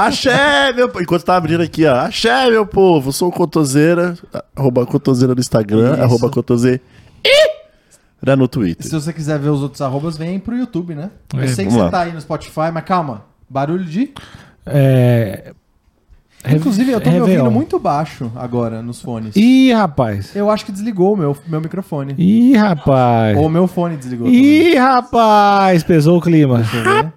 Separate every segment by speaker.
Speaker 1: Axé, meu povo. Enquanto tá abrindo aqui, ó. Axé, meu povo. Sou o Cotoseira. Arroba Cotoseira no Instagram.
Speaker 2: Isso.
Speaker 1: Arroba Cotoseira no
Speaker 2: Se
Speaker 1: Twitter.
Speaker 2: você quiser ver os outros arrobas, vem pro YouTube, né? Eu
Speaker 3: É,
Speaker 2: sei que
Speaker 1: vamos
Speaker 2: você
Speaker 1: lá.
Speaker 2: tá aí no Spotify, mas calma. Barulho de.
Speaker 3: É... Re-
Speaker 2: Inclusive, eu tô me
Speaker 3: Réveillon.
Speaker 2: ouvindo muito baixo agora nos fones.
Speaker 3: Ih, rapaz.
Speaker 2: Eu acho que desligou o meu, meu microfone.
Speaker 3: Ih, rapaz.
Speaker 2: Ou o meu fone desligou. também.
Speaker 3: Ih, rapaz. Pesou o clima.
Speaker 2: Deixa eu ver.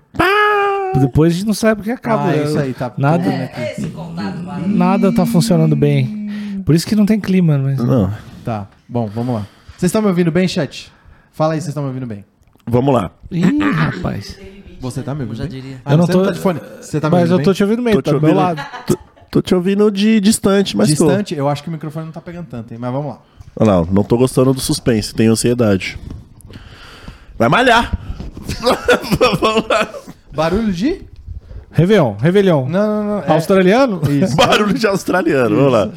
Speaker 3: Depois a gente não sabe o que acaba. né?
Speaker 2: Ah, é isso aí, tá.
Speaker 3: Nada,
Speaker 2: tudo, né?
Speaker 4: É esse contato maravilhoso.
Speaker 3: nada tá funcionando bem. Por isso que não tem clima, mas...
Speaker 1: Não.
Speaker 2: Tá, bom, vamos lá. Vocês estão me ouvindo bem, chat? Fala aí, vocês estão me ouvindo bem.
Speaker 1: Vamos lá.
Speaker 3: Ih, rapaz.
Speaker 2: Você tá me ouvindo?
Speaker 4: já
Speaker 2: bem?
Speaker 4: diria.
Speaker 2: Ah,
Speaker 3: Eu não
Speaker 2: você
Speaker 3: tô-
Speaker 2: não tá de fone. Você tá me
Speaker 3: Mas
Speaker 2: ouvindo
Speaker 3: eu tô
Speaker 2: bem?
Speaker 3: te ouvindo meio,
Speaker 1: Tô
Speaker 3: tá
Speaker 1: te
Speaker 3: do meu
Speaker 1: ouvindo.
Speaker 3: lado.
Speaker 1: Tô, tô te ouvindo de distante, mas
Speaker 2: Distante, eu acho que o microfone não tá pegando tanto, hein? Mas vamos lá.
Speaker 1: tô. Não, não tô gostando do suspense. Tenho ansiedade. Vai malhar. Vamos lá.
Speaker 2: Barulho de?
Speaker 3: Réveillon, Réveillon.
Speaker 2: Não, não, não. é-
Speaker 3: Australiano?
Speaker 2: Isso.
Speaker 1: Barulho de australiano, vamos lá.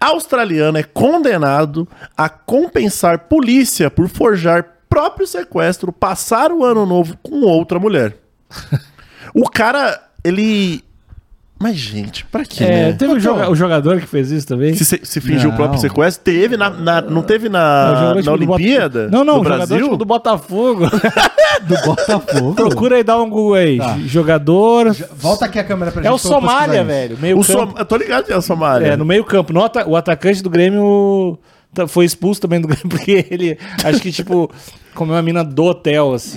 Speaker 1: Australiano é condenado a compensar polícia por forjar próprio sequestro, passar o ano novo com outra mulher. O cara, ele. Mas, gente, pra quê?
Speaker 3: É,
Speaker 1: né?
Speaker 3: teve o, joga-
Speaker 2: Então.
Speaker 3: o jogador que fez isso também.
Speaker 1: Se, se- se fingiu o
Speaker 2: Não.
Speaker 1: próprio sequestro? Teve na, na- não teve
Speaker 3: É, o
Speaker 1: na, na
Speaker 3: jogador, tipo, do Bota-
Speaker 1: Olimpíada?
Speaker 3: Não, não,
Speaker 1: do
Speaker 3: o jogador
Speaker 1: Brasil?
Speaker 3: tipo, do Botafogo.
Speaker 2: Do Botafogo.
Speaker 3: Procura aí, dá um Google aí.
Speaker 2: Tá.
Speaker 3: Jogador.
Speaker 2: Volta aqui a câmera pra
Speaker 3: É
Speaker 2: gente.
Speaker 3: o
Speaker 2: que eu vou pesquisar
Speaker 3: Somália,
Speaker 2: isso.
Speaker 3: velho. Meio
Speaker 1: O
Speaker 3: campo.
Speaker 1: Som- Eu tô ligado que é o Somália.
Speaker 3: É, no meio campo. No ata- o atacante do Grêmio ta- foi expulso também do Grêmio, porque ele, acho que, tipo, comeu a mina do hotel, assim.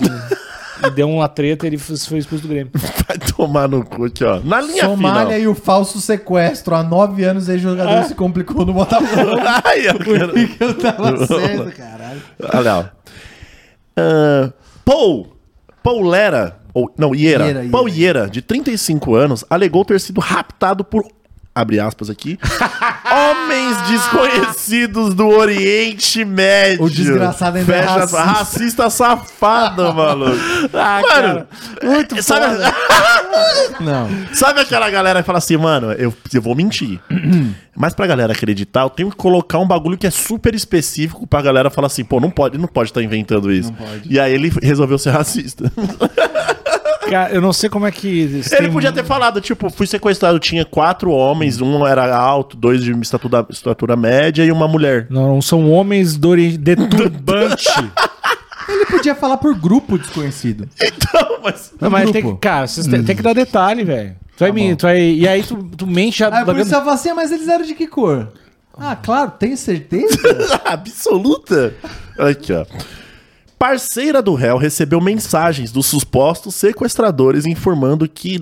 Speaker 3: e deu uma treta e ele f- foi expulso do Grêmio.
Speaker 1: Vai tomar no cu aqui, ó. Ah. Na linha
Speaker 2: Somália
Speaker 1: final.
Speaker 2: e o falso sequestro. Há nove anos, esse jogador se complicou no Botafogo.
Speaker 1: Ai, eu quero...
Speaker 2: eu tava certo, caralho.
Speaker 1: Olha lá. Ah, Paul. Paul Lera, ou não, Iera.
Speaker 2: Iera, Iera.
Speaker 1: Paul Iera, de 35 anos, alegou ter sido raptado por, abre aspas aqui, homens desconhecidos do Oriente Médio.
Speaker 2: O desgraçado ainda é
Speaker 1: Fecha aspas. Racista safado, maluco.
Speaker 3: Ah,
Speaker 1: Mano,
Speaker 3: muito
Speaker 1: sabe,
Speaker 2: Não.
Speaker 1: sabe aquela galera que fala assim, mano, eu, eu vou mentir. Mas pra galera acreditar, eu tenho que colocar um bagulho que é super específico pra galera falar assim, pô, não pode, não pode estar inventando isso.
Speaker 2: pode.
Speaker 1: E aí ele resolveu ser racista.
Speaker 3: Cara, eu não sei como é que. se
Speaker 1: Ele
Speaker 3: tem-
Speaker 1: podia ter falado, tipo, fui sequestrado, tinha quatro homens, um era alto, dois de estatura, estatura média e uma mulher.
Speaker 3: Não, não são homens do Oriente. Deturbante.
Speaker 2: Ele podia falar por grupo desconhecido.
Speaker 1: Então, mas.
Speaker 3: não, mas tem que.
Speaker 2: grupo.
Speaker 3: Cara, vocês tem, tem que dar detalhe, velho. Tu vai me. Tu vai, e aí tu, tu mente já. tá
Speaker 2: Aí por
Speaker 3: bagando-
Speaker 2: isso eu falo assim, mas eles eram de que cor? Ah, claro, tem certeza?
Speaker 1: Absoluta! Aqui, ó. Parceira do réu recebeu mensagens dos supostos sequestradores informando que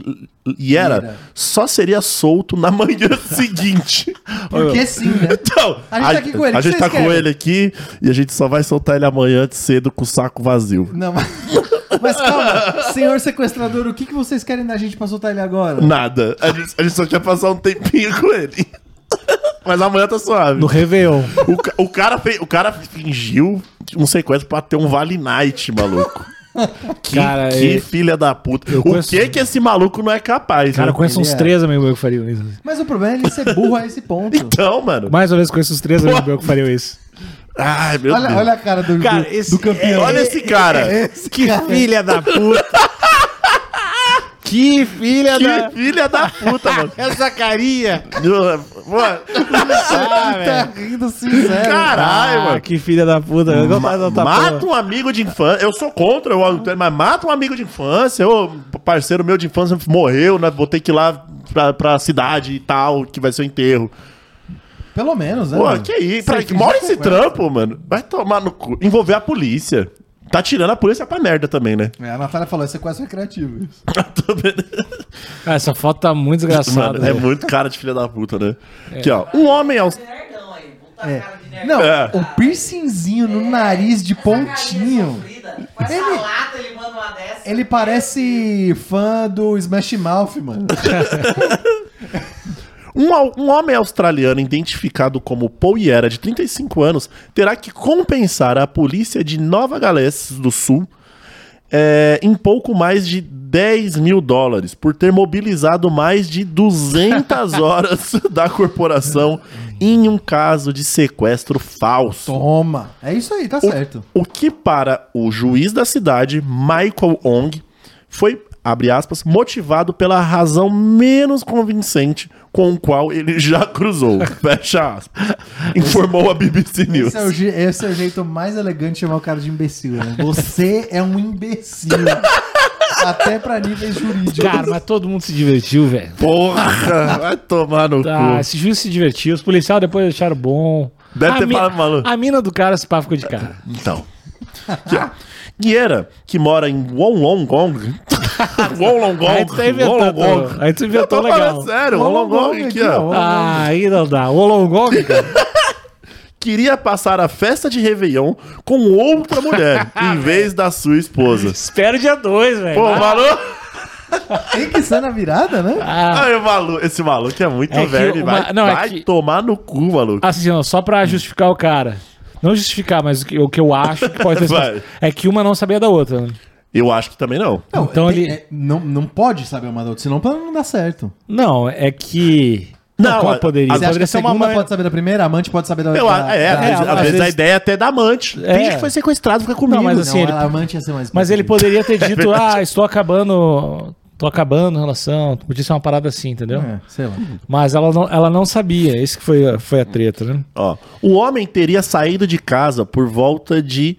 Speaker 1: Yera
Speaker 2: Yera.
Speaker 1: só seria solto na manhã seguinte.
Speaker 2: Porque sim, né?
Speaker 1: Então,
Speaker 2: A gente tá aqui com ele,
Speaker 1: a
Speaker 2: o que
Speaker 1: gente tá
Speaker 2: vocês
Speaker 1: com
Speaker 2: querem?
Speaker 1: ele aqui e a gente só vai soltar ele amanhã cedo com o saco vazio.
Speaker 2: Não, mas, mas calma, senhor sequestrador, o que, que vocês querem da gente pra soltar ele agora?
Speaker 1: Nada. A gente, a gente só quer passar um tempinho com ele. Mas amanhã tá suave.
Speaker 3: No Réveillon.
Speaker 1: O, ca- o cara fez, o cara fingiu um sequestro pra ter um Vale Night, maluco. Que,
Speaker 3: Cara,
Speaker 1: que
Speaker 3: é-
Speaker 1: filha da puta. O
Speaker 3: conheço-
Speaker 1: que que esse maluco não é capaz,
Speaker 3: Cara, eu
Speaker 1: né?
Speaker 3: conheço
Speaker 2: Ele
Speaker 3: uns
Speaker 2: é.
Speaker 3: três amigos meus que fariam isso.
Speaker 2: Mas o problema é ele ser burro a esse ponto.
Speaker 1: Então, mano.
Speaker 3: Mais uma vez conheço os três amigos meus que fariam isso.
Speaker 1: Ai, meu
Speaker 2: Olha,
Speaker 1: Deus.
Speaker 2: olha a cara do,
Speaker 3: Cara,
Speaker 2: do,
Speaker 3: esse-
Speaker 2: do campeão.
Speaker 1: Olha esse cara.
Speaker 3: Que filha da puta! que filha
Speaker 1: Que filha da puta, mano.
Speaker 3: Essa carinha!
Speaker 1: Mano,
Speaker 2: Ele tá rindo sincero.
Speaker 1: Caralho, mano.
Speaker 3: que filha da puta! Eu não tá- não tá
Speaker 1: mata
Speaker 3: porra.
Speaker 1: um amigo de infância. Eu sou contra o adultério, mas mata um amigo de infância. Ô, parceiro meu de infância morreu, né? Vou ter que ir lá pra, pra cidade e tal, que vai ser o enterro.
Speaker 2: Pelo menos, né?
Speaker 1: Pô,
Speaker 2: mano?
Speaker 1: que aí?
Speaker 2: Você
Speaker 1: Pra, que
Speaker 2: finge
Speaker 1: mora esse
Speaker 2: sequestro.
Speaker 1: trampo, mano. Vai tomar no cu. Envolver a polícia. Tá tirando a polícia pra merda também, né?
Speaker 2: É, a Natália falou, isso é quase recreativo.
Speaker 3: Cara, essa foto tá muito desgraçada.
Speaker 1: Mano, é
Speaker 3: velho.
Speaker 1: muito cara de filha da puta, né? Aqui, ó. Um homem aos.
Speaker 4: Nerdão aí, puta cara de
Speaker 2: É.
Speaker 4: nerd.
Speaker 2: Não,
Speaker 1: É.
Speaker 2: o piercingzinho no nariz de pontinho.
Speaker 4: Com essa
Speaker 2: Ele-
Speaker 4: lata ele manda uma dessa.
Speaker 2: Ele parece fã do Smash Mouth, mano.
Speaker 1: Um, au- um homem australiano identificado como Paul Yera, de 35 anos, terá que compensar a polícia de Nova Gales do Sul é, em pouco mais de 10 mil dólares por ter mobilizado mais de 200 horas da corporação em um caso de sequestro falso.
Speaker 2: Toma. É isso aí, tá certo.
Speaker 1: O que para o juiz da cidade, Michael Ong, foi abre aspas, motivado pela razão menos convincente com o qual ele já cruzou, fecha aspas, informou a BBC News.
Speaker 2: Esse é, o, je- esse é o jeito mais elegante de chamar o cara de imbecil, né? Você é um imbecil. Até pra níveis jurídicos.
Speaker 3: Cara, mas todo mundo se divertiu, velho.
Speaker 1: Porra, vai tomar no
Speaker 3: Tá,
Speaker 1: cu.
Speaker 3: esse juiz se divertiu, os policiais depois acharam bom.
Speaker 1: Deve
Speaker 3: a
Speaker 1: ter falado, maluco.
Speaker 3: A mina do cara se pá ficou de cara.
Speaker 1: Então. Guiera, que mora em Wollongong.
Speaker 3: Aí
Speaker 1: Wollongong.
Speaker 3: tu tá inventando.
Speaker 1: Wollongong.
Speaker 3: Aí tu inventou
Speaker 1: Eu tô falando
Speaker 3: legal.
Speaker 1: Sério, Wollongong aqui, ó.
Speaker 3: Ah, aí não dá. O Longong, cara.
Speaker 1: queria passar a festa de Réveillon com outra mulher, em vez da sua esposa.
Speaker 3: Espero dia 2, velho.
Speaker 1: Pô, o Malu...
Speaker 2: Tem que ser na virada, né?
Speaker 3: Ah,
Speaker 1: Ai, o Malu... Esse maluco é muito
Speaker 3: É que
Speaker 1: velho,
Speaker 3: uma-
Speaker 1: vai,
Speaker 3: não, é
Speaker 1: vai
Speaker 3: que-
Speaker 1: tomar no cu, maluco.
Speaker 3: assim, ó, só pra justificar o cara. Não justificar, mas o que, o que eu acho que pode ter sido-
Speaker 1: Vai.
Speaker 3: É que uma não sabia da outra. né?
Speaker 1: Eu acho que também não.
Speaker 2: Não,
Speaker 3: Então
Speaker 2: tem-
Speaker 3: ele-
Speaker 2: é, não, não pode saber uma da outra, senão o plano não dá certo.
Speaker 3: Não, é que.
Speaker 1: Não,
Speaker 3: qual
Speaker 1: a-
Speaker 3: poderia?
Speaker 1: a-
Speaker 2: Você acha
Speaker 3: poderia
Speaker 2: que só é uma
Speaker 3: segunda,
Speaker 2: mãe pode saber da primeira, a amante pode saber da
Speaker 1: Eu,
Speaker 2: da-
Speaker 1: a- é,
Speaker 2: da-
Speaker 1: às,
Speaker 3: às
Speaker 1: às vezes a
Speaker 3: vezes-
Speaker 1: ideia é até da amante.
Speaker 3: É.
Speaker 1: Tem gente que foi sequestrado, fica comigo.
Speaker 3: Não, mas
Speaker 2: Não,
Speaker 3: assim, ele-
Speaker 2: ela- a amante ia ser mais
Speaker 3: Mas ele
Speaker 2: poderia.
Speaker 3: poderia ter dito, ah, estou acabando. Tô acabando a relação. Podia ser uma parada assim, entendeu?
Speaker 2: É, sei lá.
Speaker 3: Mas ela não, ela não sabia. Esse que foi, a- foi a treta, né?
Speaker 1: Ó, o homem teria saído de casa por volta de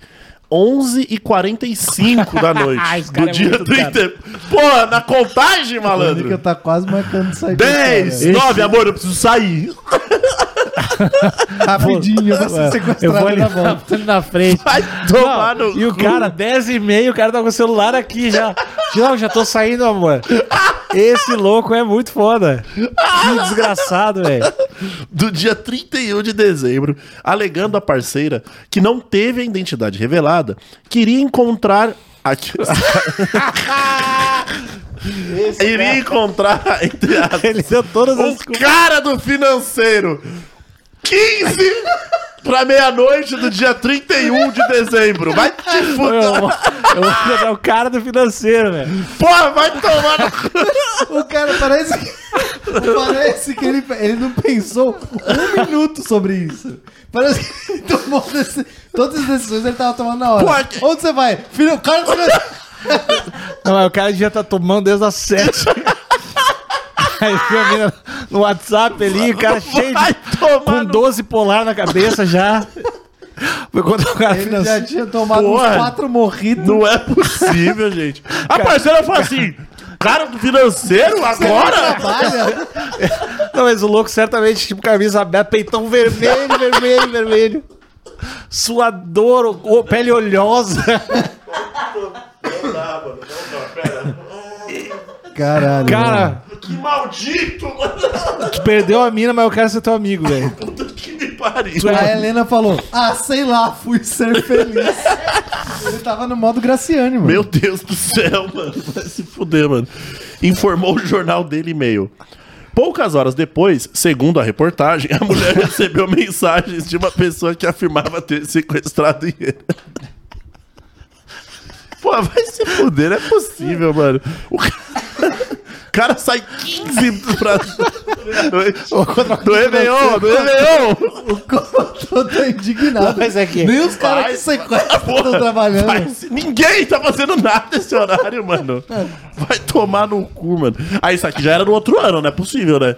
Speaker 1: 11h45 da noite.
Speaker 3: Ah, esse cara
Speaker 1: do
Speaker 3: é
Speaker 1: dia
Speaker 3: muito
Speaker 1: 30. Pô, na contagem,
Speaker 2: O Nica
Speaker 1: malandro.
Speaker 2: tá quase marcando isso aí.
Speaker 1: 10,
Speaker 3: Esse-
Speaker 1: 9, amor, eu preciso sair.
Speaker 2: Rapidinho, é, eu vou ser
Speaker 3: Eu
Speaker 2: sequestrado
Speaker 3: vou ali,
Speaker 2: na
Speaker 3: na,
Speaker 2: volta.
Speaker 3: vou ali na frente.
Speaker 1: Vai tomar
Speaker 3: Não,
Speaker 1: no
Speaker 3: e o
Speaker 1: cu.
Speaker 3: cara, 10 e meia, o cara tá com o celular aqui já. Não, já tô saindo, amor. Esse louco é muito foda. Que desgraçado, velho.
Speaker 1: do dia 31 de dezembro, alegando a parceira que não teve a identidade revelada, queria encontrar. Aqui... Iria encontrar, entre aspas,
Speaker 3: Ele deu todas as
Speaker 1: o
Speaker 3: desculpas.
Speaker 1: cara do financeiro. 15 pra meia-noite do dia 31 de dezembro. Vai te
Speaker 3: Eu, eu,
Speaker 1: fuder.
Speaker 3: eu vou pegar o cara do financeiro, velho.
Speaker 1: Porra, vai tomar no cu.
Speaker 2: O cara parece que. Parece que ele, ele não pensou um minuto sobre isso. Parece que ele tomou desse- todas as decisões ele tava tomando na hora.
Speaker 1: Pô, que-
Speaker 2: Onde você vai? Filho, o cara.
Speaker 3: Não, mas o cara já tá tomando desde as 7. Aí viu a mina no WhatsApp ali, o cara cheio
Speaker 1: Vai
Speaker 3: de.
Speaker 1: tomar
Speaker 3: Com
Speaker 1: no cu.
Speaker 3: 12 polar na cabeça já. Foi quando o cara
Speaker 2: Ele já
Speaker 3: financeiro.
Speaker 2: tinha tomado
Speaker 1: Porra.
Speaker 2: uns quatro morritos.
Speaker 1: Não é possível, gente. A parceira falou assim: cara do financeiro agora?
Speaker 2: Trabalha.
Speaker 3: Não, mas o louco certamente, tipo, camisa aberta, peitão vermelho, vermelho, vermelho. Suador, o- o- pele oleosa.
Speaker 2: Caralho. mano.
Speaker 3: Cara,
Speaker 1: Que maldito!
Speaker 3: tu perdeu a mina, mas eu quero ser teu amigo, velho.
Speaker 1: Puta que me pariu!
Speaker 3: Tu é-
Speaker 2: A Helena falou: Ah, sei lá, fui ser feliz. ele tava no modo Graciane, mano.
Speaker 1: Meu Deus do céu, mano. Vai se fuder, mano. Informou o jornal dele e-mail. Poucas horas depois, segundo a reportagem, a mulher recebeu mensagens de uma pessoa que afirmava ter sequestrado dinheiro. Pô, vai se fuder, não é possível, mano. O cara, o cara sai 15 pra noite. Do Réveillon, do Réveillon!
Speaker 2: Eu tô indignado.
Speaker 3: Mas é que-
Speaker 2: Nem os caras
Speaker 1: Vai,
Speaker 2: que sequestram
Speaker 1: porra,
Speaker 2: estão trabalhando.
Speaker 1: Vai se- ninguém tá fazendo nada esse horário, mano. Vai tomar no cu, mano. Ah, isso aqui já era no outro ano, não é possível, né?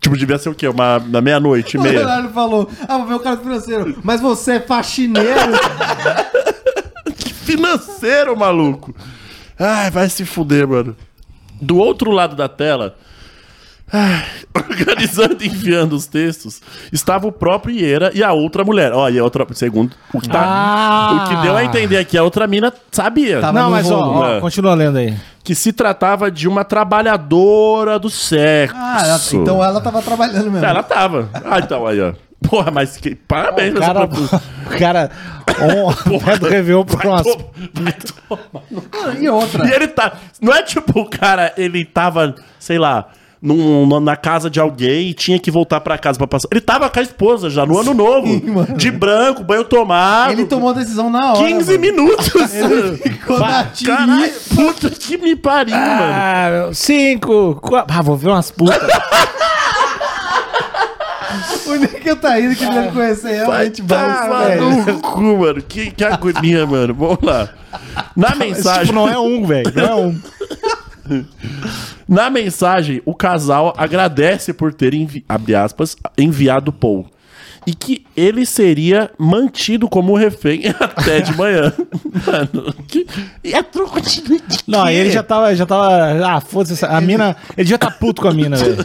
Speaker 1: Tipo, devia ser o quê? Uma, na meia-noite e
Speaker 2: O
Speaker 1: meia.
Speaker 2: Leonardo falou: Ah, vou ver o cara do financeiro. Mas você é faxineiro?
Speaker 1: Financeiro, maluco. Ai, vai se fuder, mano. Do outro lado da tela, ai, organizando e enviando os textos, estava o próprio Iera e a outra mulher. Ó, e a outra, segundo, o que, tá,
Speaker 3: Ah!
Speaker 1: o que deu a entender aqui, a outra mina sabia.
Speaker 2: Tava
Speaker 3: Não, mas ó,
Speaker 1: rolo.
Speaker 3: ó, continua lendo aí.
Speaker 1: que se tratava de uma trabalhadora do sexo.
Speaker 2: Ah, ela- então ela tava trabalhando mesmo.
Speaker 1: Ela tava. Ah, então aí, ó. Porra, mas que... parabéns
Speaker 3: O
Speaker 1: pra essa
Speaker 3: cara,
Speaker 1: proposição.
Speaker 3: o cara on, vai do Réveillon pro
Speaker 1: Vai
Speaker 3: próximo.
Speaker 1: to- vai tomar no cu.
Speaker 2: Ah, E outra.
Speaker 1: E ele tá. Não é tipo o cara, ele tava, sei lá, num- na- na casa de alguém e tinha que voltar pra casa pra passar. Ele tava com a esposa já no ano novo.
Speaker 2: mano.
Speaker 1: de branco, banho tomado.
Speaker 2: Ele tomou a decisão na hora.
Speaker 1: 15
Speaker 2: mano.
Speaker 1: minutos.
Speaker 2: Ficou na tirinha.
Speaker 1: Caralho, puta que me pariu, mano.
Speaker 3: Ah, meu, cinco, quatro. Ah, vou ver umas putas.
Speaker 2: O Nick tá indo que deve
Speaker 1: Vai tá
Speaker 2: conhecer realmente
Speaker 1: tomar
Speaker 2: basta, velho.
Speaker 1: no cu, mano. Que, que agonia, mano. Vamos lá. Na mensagem.
Speaker 3: tipo, não é um, velho. Não é um.
Speaker 1: Na mensagem, o casal agradece por ter envi- abre aspas, enviado Paul. E que ele seria mantido como refém até de manhã. Mano, que... e é troco de. de
Speaker 3: Não,
Speaker 1: quê?
Speaker 3: ele já tava, já tava. Ah, foda-se, essa- a mina. Ele já tá puto com a mina, velho.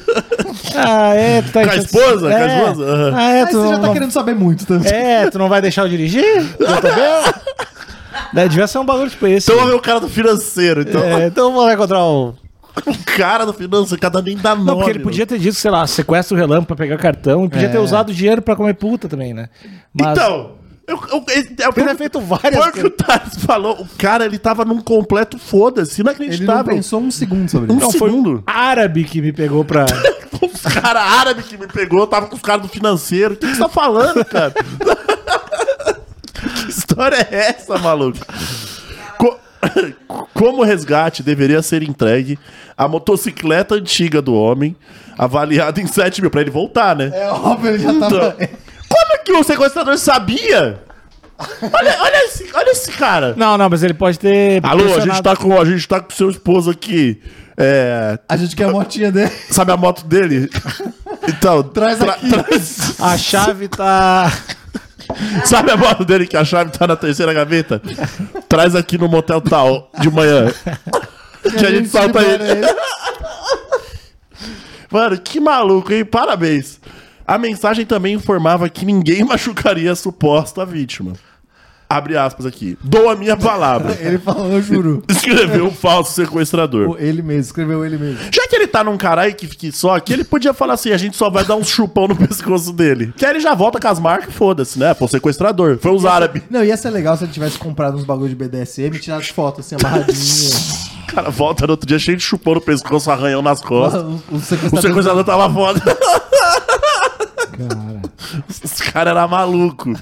Speaker 3: Ah, é, tu tá
Speaker 1: Com a esposa? Com a esposa? Aham.
Speaker 3: Ah, é,
Speaker 2: Aí
Speaker 3: tu,
Speaker 2: você já
Speaker 3: não,
Speaker 2: tá querendo saber muito também.
Speaker 3: é, tu não vai deixar eu dirigir? Eu tô bem. Daí devia ser um bagulho tipo esse.
Speaker 1: Então é o cara do financeiro. Então,
Speaker 3: É, então vamos lá encontrar o.
Speaker 1: o cara do financeiro, cada nem dá nome.
Speaker 3: Não, porque ele podia ter dito, sei lá, sequestra o relâmpago pra pegar cartão e podia ter usado o dinheiro pra comer puta também, né?
Speaker 1: mano.
Speaker 3: Mas
Speaker 1: É. Então. Eu, eu, é- é o
Speaker 3: Ele
Speaker 1: próprio-
Speaker 3: ter feito várias
Speaker 1: Foi o que o Thales falou. O cara, ele tava num completo foda-se,
Speaker 2: Ele não
Speaker 1: inacreditável.
Speaker 2: pensou um segundo sobre
Speaker 1: Um
Speaker 2: isso.
Speaker 3: foi
Speaker 1: segundo.
Speaker 3: árabe que me pegou pra.
Speaker 1: Os caras árabes que me pegou, eu tava com os caras do financeiro. O que que você tá falando, cara? que história é essa, maluco? Co- Como resgate deveria ser entregue a motocicleta antiga do homem, avaliada em 7 mil, pra ele voltar, né?
Speaker 2: É óbvio, ele já
Speaker 1: Então,
Speaker 2: tava...
Speaker 1: como é que o sequestrador sabia? Olha, olha, esse, olha esse cara.
Speaker 3: Não, não, mas ele pode ter.
Speaker 1: Alô, a gente,
Speaker 3: pressionado.
Speaker 1: tá com, a gente tá com seu esposo aqui. É,
Speaker 2: A gente quer a motinha dele.
Speaker 1: sabe a moto dele? Então,
Speaker 2: Traz
Speaker 1: tra-
Speaker 2: aqui.
Speaker 1: traz-
Speaker 3: A chave tá.
Speaker 1: sabe a moto dele que a chave tá na terceira gaveta? Traz aqui no motel tal, de manhã. que a gente solta
Speaker 2: libera
Speaker 1: ele. Mano, que maluco, hein? Parabéns. A mensagem também informava que ninguém machucaria a suposta vítima. Abre aspas aqui. Dou a minha palavra.
Speaker 2: Ele falou, eu juro.
Speaker 1: Escreveu o falso sequestrador.
Speaker 2: Ele mesmo, escreveu ele mesmo.
Speaker 1: Já que ele tá num caralho que fique só aqui, ele podia falar assim: a gente só vai dar um chupão no pescoço dele. Que aí ele já volta com as marcas, foda-se, né? Pô, sequestrador. Foi os árabes.
Speaker 2: Não, ia ser legal se ele tivesse comprado uns bagulho de BDSM e tirado foto assim, amarradinho.
Speaker 1: O cara volta no outro dia cheio de chupão no pescoço, arranhão nas costas.
Speaker 2: O, o
Speaker 1: O
Speaker 2: sequestrador.
Speaker 1: sequestrador tava foda. Os caras eram malucos.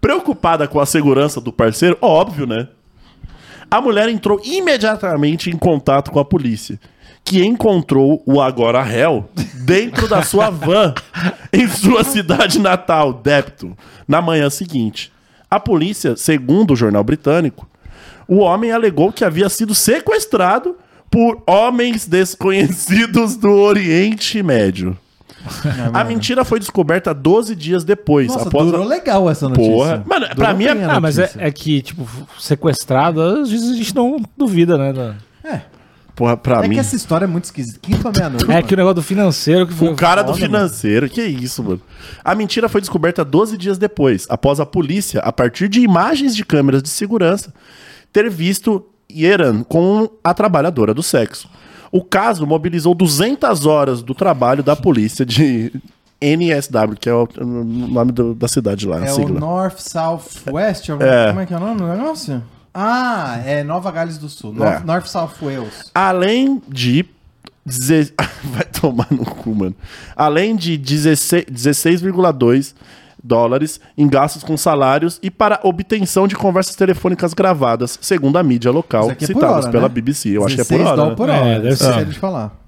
Speaker 1: Preocupada com a segurança do parceiro, óbvio, né? A mulher entrou imediatamente em contato com a polícia, que encontrou o agora réu dentro da sua van em sua cidade natal, Depton, na manhã seguinte. A polícia, segundo o jornal britânico, o homem alegou que havia sido sequestrado por homens desconhecidos do Oriente Médio. A mentira foi descoberta 12 dias depois.
Speaker 2: Nossa,
Speaker 1: após a-
Speaker 2: durou legal essa notícia.
Speaker 1: Porra. Mano, pra
Speaker 2: Durou
Speaker 1: mim é-
Speaker 2: bem a
Speaker 3: Ah, mas é,
Speaker 2: notícia.
Speaker 3: é que, tipo, sequestrado, às vezes a gente não duvida, né? da-
Speaker 1: Porra, pra
Speaker 2: É
Speaker 1: mim.
Speaker 2: que essa história é muito esquisita. Quinta meia-noite.
Speaker 3: É que o negócio do financeiro que foi.
Speaker 1: O cara do
Speaker 3: foda, mano.
Speaker 1: financeiro, que isso, mano. A mentira foi descoberta 12 dias depois, após a polícia, a partir de imagens de câmeras de segurança, ter visto Yeran com a trabalhadora do sexo. O caso mobilizou 200 horas do trabalho da polícia de NSW, que é o o nome do- da cidade lá, a
Speaker 2: É o
Speaker 1: sigla.
Speaker 2: North, South, West? algum-
Speaker 1: É.
Speaker 2: Como é que é o nome do negócio? Ah, é Nova Gales do Sul. North,
Speaker 1: É.
Speaker 2: North South Wales.
Speaker 1: Além de. deze- Vai tomar no cu, mano. Além de 16 16,2 dólares em gastos com salários e para obtenção de conversas telefônicas gravadas, segundo a mídia local,
Speaker 2: Isso aqui é por
Speaker 1: citadas
Speaker 2: hora,
Speaker 1: pela
Speaker 2: né?
Speaker 1: BBC. Eu acho que é por
Speaker 2: 16
Speaker 1: hora.
Speaker 2: dólar
Speaker 1: né?
Speaker 2: por
Speaker 3: É,
Speaker 2: hora.
Speaker 3: deve
Speaker 2: Isso
Speaker 3: ser.
Speaker 2: que eu ia te falar.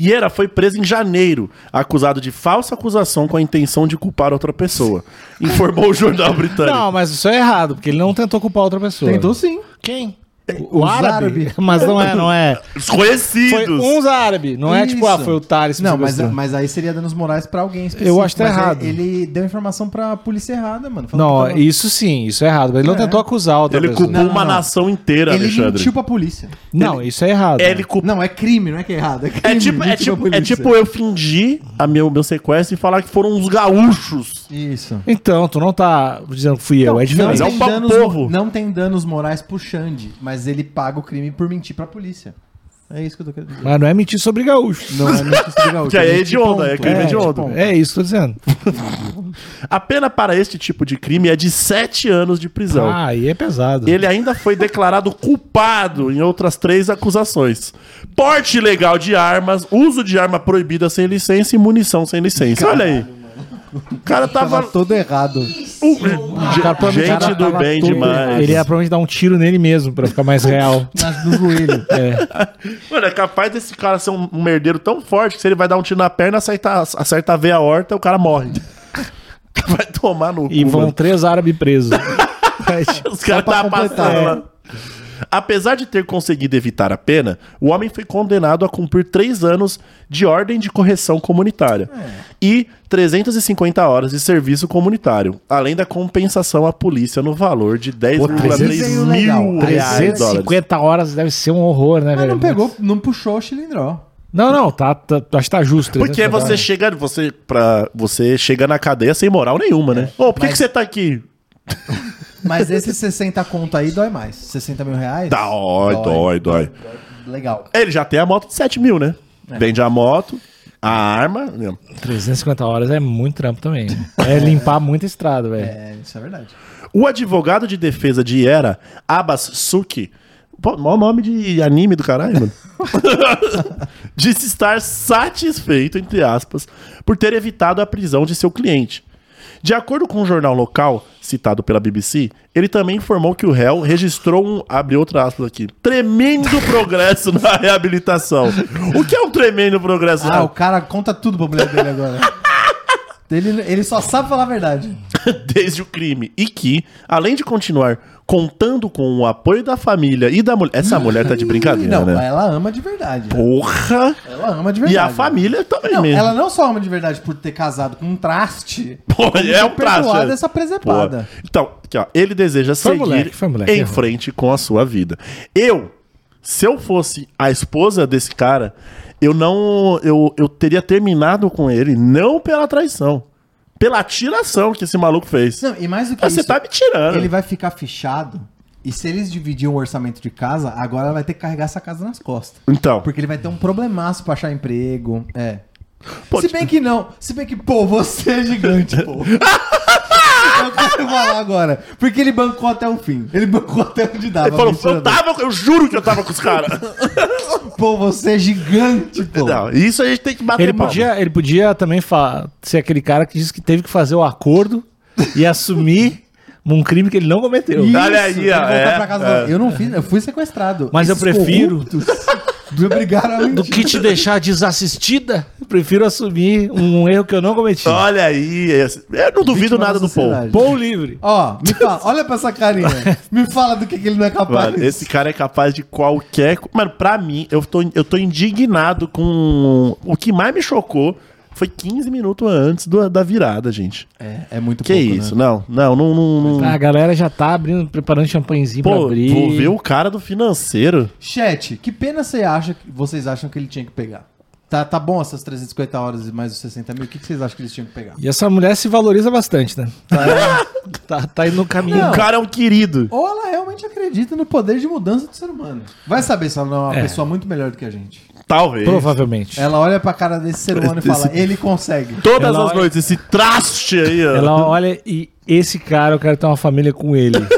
Speaker 1: Iera foi preso em janeiro, acusado de falsa acusação com a intenção de culpar outra pessoa, informou o jornal britânico.
Speaker 3: Não, mas isso é errado, porque ele não tentou culpar outra pessoa.
Speaker 2: Tentou sim.
Speaker 3: Quem? O, o
Speaker 2: Os
Speaker 3: árabe?
Speaker 2: árabe.
Speaker 3: Mas não é, não é. Foi
Speaker 1: Desconhecidos!
Speaker 3: uns árabe, não é tipo, ah,
Speaker 2: Isso.
Speaker 3: foi o Thales que
Speaker 2: Não, mas,
Speaker 3: sequestrou.
Speaker 2: mas aí seria danos morais pra alguém específico.
Speaker 3: Eu acho que tá
Speaker 2: mas
Speaker 3: errado.
Speaker 2: Ele, ele deu informação pra polícia errada, mano. Falou
Speaker 3: Não,
Speaker 2: que tava-
Speaker 3: isso sim, isso é errado. Mas ele não
Speaker 2: É.
Speaker 3: tentou acusar outra
Speaker 1: Ele
Speaker 3: pessoa.
Speaker 1: culpou
Speaker 2: Não, não,
Speaker 1: uma
Speaker 2: não.
Speaker 1: nação inteira,
Speaker 2: Ele
Speaker 1: Alexandre.
Speaker 2: mentiu pra polícia.
Speaker 3: Não, isso é errado.
Speaker 1: Ele culpou
Speaker 2: Não, é crime, não é que é errado. É, crime,
Speaker 1: É tipo, é,
Speaker 2: mentiu pra
Speaker 1: tipo, é
Speaker 2: polícia.
Speaker 1: tipo eu fingir a meu, meu sequestro e falar que foram uns gaúchos.
Speaker 2: Isso.
Speaker 3: Então, tu não tá dizendo que fui eu, é diferente.
Speaker 1: mas é um
Speaker 2: tem
Speaker 1: pau
Speaker 2: danos,
Speaker 1: povo.
Speaker 2: Não tem danos morais pro Xande, mas ele paga o crime por mentir pra polícia. É isso que eu tô querendo dizer.
Speaker 3: Mas não é mentir sobre gaúcho.
Speaker 2: Não é mentir sobre gaúcho.
Speaker 1: Que aí é
Speaker 2: mentir
Speaker 1: hediondo,
Speaker 2: ponto.
Speaker 1: é crime hediondo.
Speaker 2: ponto.
Speaker 3: É isso que eu tô dizendo.
Speaker 1: A pena para este tipo de crime é de 7 anos de prisão.
Speaker 3: Ah, aí é pesado.
Speaker 1: Ele ainda foi declarado culpado em outras três acusações: porte ilegal de armas, uso de arma proibida sem licença e munição sem licença. Olha aí. O cara
Speaker 2: Tava
Speaker 1: tava.
Speaker 2: todo
Speaker 1: o-
Speaker 2: errado.
Speaker 3: O cara
Speaker 1: Gente
Speaker 3: provavelmente- o cara
Speaker 1: do
Speaker 3: tava
Speaker 1: bem
Speaker 3: todo-
Speaker 1: demais.
Speaker 3: Ele ia provavelmente dar um tiro nele mesmo, pra ficar mais real.
Speaker 2: Nas, no joelho.
Speaker 1: Mano, é capaz desse cara ser um um merdeiro tão forte que se ele vai dar um tiro na perna, acerta, acerta a veia horta, o cara morre. Vai tomar no
Speaker 3: E
Speaker 1: cu.
Speaker 3: vão
Speaker 1: mano.
Speaker 3: três árabes presos.
Speaker 1: Os caras
Speaker 2: pra
Speaker 1: tá
Speaker 2: completar,
Speaker 1: passando
Speaker 2: né?
Speaker 1: lá. Apesar de ter conseguido evitar a pena, o homem foi condenado a cumprir três anos de ordem de correção comunitária e 350 horas de serviço comunitário, além da compensação à polícia no valor de 10,3
Speaker 2: 300
Speaker 1: mil
Speaker 2: legal.
Speaker 1: reais. dólares.
Speaker 3: 350 horas deve ser um horror, né,
Speaker 2: Mas
Speaker 3: velho?
Speaker 2: Ah, não pegou, não puxou o cilindró.
Speaker 3: Não, não, tá, tá- acho que tá justo.
Speaker 1: Porque
Speaker 3: 350
Speaker 1: você
Speaker 3: horas.
Speaker 1: chega, você, pra, você chega na cadeia sem moral nenhuma, né? Ô, por que,
Speaker 2: mas-
Speaker 1: que você tá aqui?
Speaker 2: Mas esses 60 conto aí dói mais. 60 mil reais?
Speaker 1: Dói, dói, dói.
Speaker 2: Legal.
Speaker 1: Ele já tem a moto de 7 mil, né? Vende a moto, a arma. né?
Speaker 3: 350 horas é muito trampo também. É limpar muita estrada, velho.
Speaker 2: É, isso é verdade.
Speaker 1: O advogado de defesa de Iera, Abbas Suki, pô, maior nome de anime do caralho, mano. disse estar satisfeito, entre aspas, por ter evitado a prisão de seu cliente. De acordo com um jornal local, citado pela BBC, ele também informou que o réu registrou um, abre outra aspas aqui, tremendo progresso na reabilitação. O que é um tremendo progresso?
Speaker 2: Ah, o cara conta tudo pro problema dele agora. ele, ele só sabe falar a verdade.
Speaker 1: desde o crime e que, além de continuar contando com o apoio da família e da mulher. Essa mulher tá de brincadeira,
Speaker 2: Não,
Speaker 1: né?
Speaker 2: ela ama de verdade.
Speaker 1: Porra!
Speaker 2: Ela ama de verdade.
Speaker 1: E a família também
Speaker 2: Não,
Speaker 1: mesmo.
Speaker 2: ela não só ama de verdade por ter casado com um traste.
Speaker 1: Pô, é um
Speaker 2: tem perdoado
Speaker 1: traço. né?
Speaker 2: essa presepada.
Speaker 1: Pô. Então, aqui, ó, ele deseja seguir
Speaker 3: Foi moleque, foi moleque,
Speaker 1: em
Speaker 3: errou.
Speaker 1: frente com a sua vida. Eu, se eu fosse a esposa desse cara, eu não. Eu, eu teria terminado com ele, não pela traição, pela tiração que esse maluco fez.
Speaker 2: Não, e mais do que
Speaker 1: Ah, você
Speaker 2: isso,
Speaker 1: tá me tirando.
Speaker 2: ele vai ficar fechado. E se eles dividirem o orçamento de casa, agora ela vai ter que carregar essa casa nas costas.
Speaker 1: Então,
Speaker 2: Porque ele vai ter um problemaço pra achar emprego. É.
Speaker 1: Pô, tipo-
Speaker 2: se bem que não. Se bem que, pô, você é gigante, pô. É Eu quero falar agora. Porque ele bancou até o fim. Ele bancou até onde dava.
Speaker 1: ele falou:
Speaker 2: mentira
Speaker 1: eu tava, eu juro que eu tava com os caras.
Speaker 2: não. Pô, você é gigante, pô.
Speaker 1: Não, isso a gente tem que bater
Speaker 3: Ele
Speaker 1: palma.
Speaker 3: podia, ele podia também fa- ser aquele cara que disse que teve que fazer o acordo e assumir um crime que ele não cometeu.
Speaker 2: Isso,
Speaker 1: Olha aí,
Speaker 2: ele
Speaker 1: ó,
Speaker 2: voltar
Speaker 1: é,
Speaker 2: pra casa
Speaker 1: é.
Speaker 2: e falar, Eu não fiz, eu fui sequestrado.
Speaker 3: Mas eu prefiro-
Speaker 2: corruptos Me obrigaram a
Speaker 3: Do
Speaker 2: mentir.
Speaker 3: que te deixar desassistida, eu prefiro assumir um erro que eu não cometi.
Speaker 1: Olha aí, esse- eu não duvido
Speaker 2: Vítima
Speaker 1: nada
Speaker 2: da
Speaker 1: do povo.
Speaker 2: sociedade.
Speaker 3: Pou livre.
Speaker 2: Ó, me fala, olha pra essa carinha. Me fala do que, que ele não é capaz.
Speaker 1: Mano, esse cara é capaz de qualquer. co- Mano, pra mim, eu tô, eu tô indignado com. O que mais me chocou foi 15 minutos antes do- da virada, gente.
Speaker 2: É, é muito
Speaker 1: Que
Speaker 2: pouco,
Speaker 1: isso? Não, não, não. não, não-
Speaker 3: A galera já tá abrindo, preparando champanhezinho pra
Speaker 1: Pô,
Speaker 3: abrir.
Speaker 1: vou ver o cara do financeiro.
Speaker 2: Chat, que pena você acha que vocês acham que ele tinha que pegar? Tá, tá bom essas 350 horas e mais os 60 mil? O que, que vocês acham que eles tinham que pegar?
Speaker 3: E essa mulher se valoriza bastante, né? Tá, tá, tá indo no caminho.
Speaker 1: O cara é um querido.
Speaker 2: Ou ela realmente acredita no poder de mudança do ser humano. Vai saber se ela não é uma
Speaker 3: É.
Speaker 2: pessoa muito melhor do que a gente.
Speaker 1: Talvez.
Speaker 3: Provavelmente.
Speaker 2: Ela olha pra cara desse ser humano e fala, ele consegue.
Speaker 1: Todas
Speaker 3: Ela
Speaker 1: as
Speaker 3: olha-
Speaker 1: noites, esse traste aí, ó.
Speaker 3: Ela olha e esse cara, eu quero ter uma família com ele.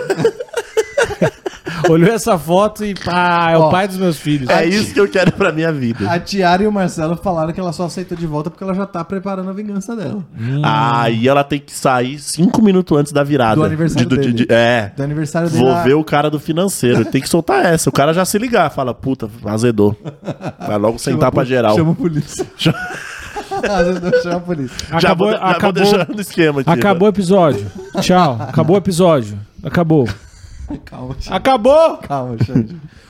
Speaker 3: Olhou essa foto e pá, é o
Speaker 2: Ó,
Speaker 3: pai dos meus filhos.
Speaker 1: É isso que eu quero pra minha vida.
Speaker 2: A Tiara e o Marcelo falaram que ela só aceitou de volta porque ela já tá preparando a vingança dela.
Speaker 1: Aí ela tem que sair cinco minutos antes da virada.
Speaker 2: Hum. Do aniversário dele.
Speaker 1: é.
Speaker 2: Do Então, aniversário dele.
Speaker 1: Vou
Speaker 2: ela-
Speaker 1: ver o cara do financeiro. Tem que soltar essa. O cara já se ligar. Fala, puta, azedou. Vai logo
Speaker 2: chama
Speaker 1: sentar
Speaker 2: a
Speaker 1: pra
Speaker 2: poli-
Speaker 1: geral.
Speaker 2: Chama a polícia. Chama, chama a polícia.
Speaker 1: Já,
Speaker 3: Acabou,
Speaker 1: vou, já vou
Speaker 3: acabou,
Speaker 1: deixando o esquema aqui.
Speaker 3: acabou o episódio. Tchau. Acabou o episódio. Acabou.
Speaker 2: Calma, Tiara.
Speaker 3: Acabou!
Speaker 2: Calma, Xande.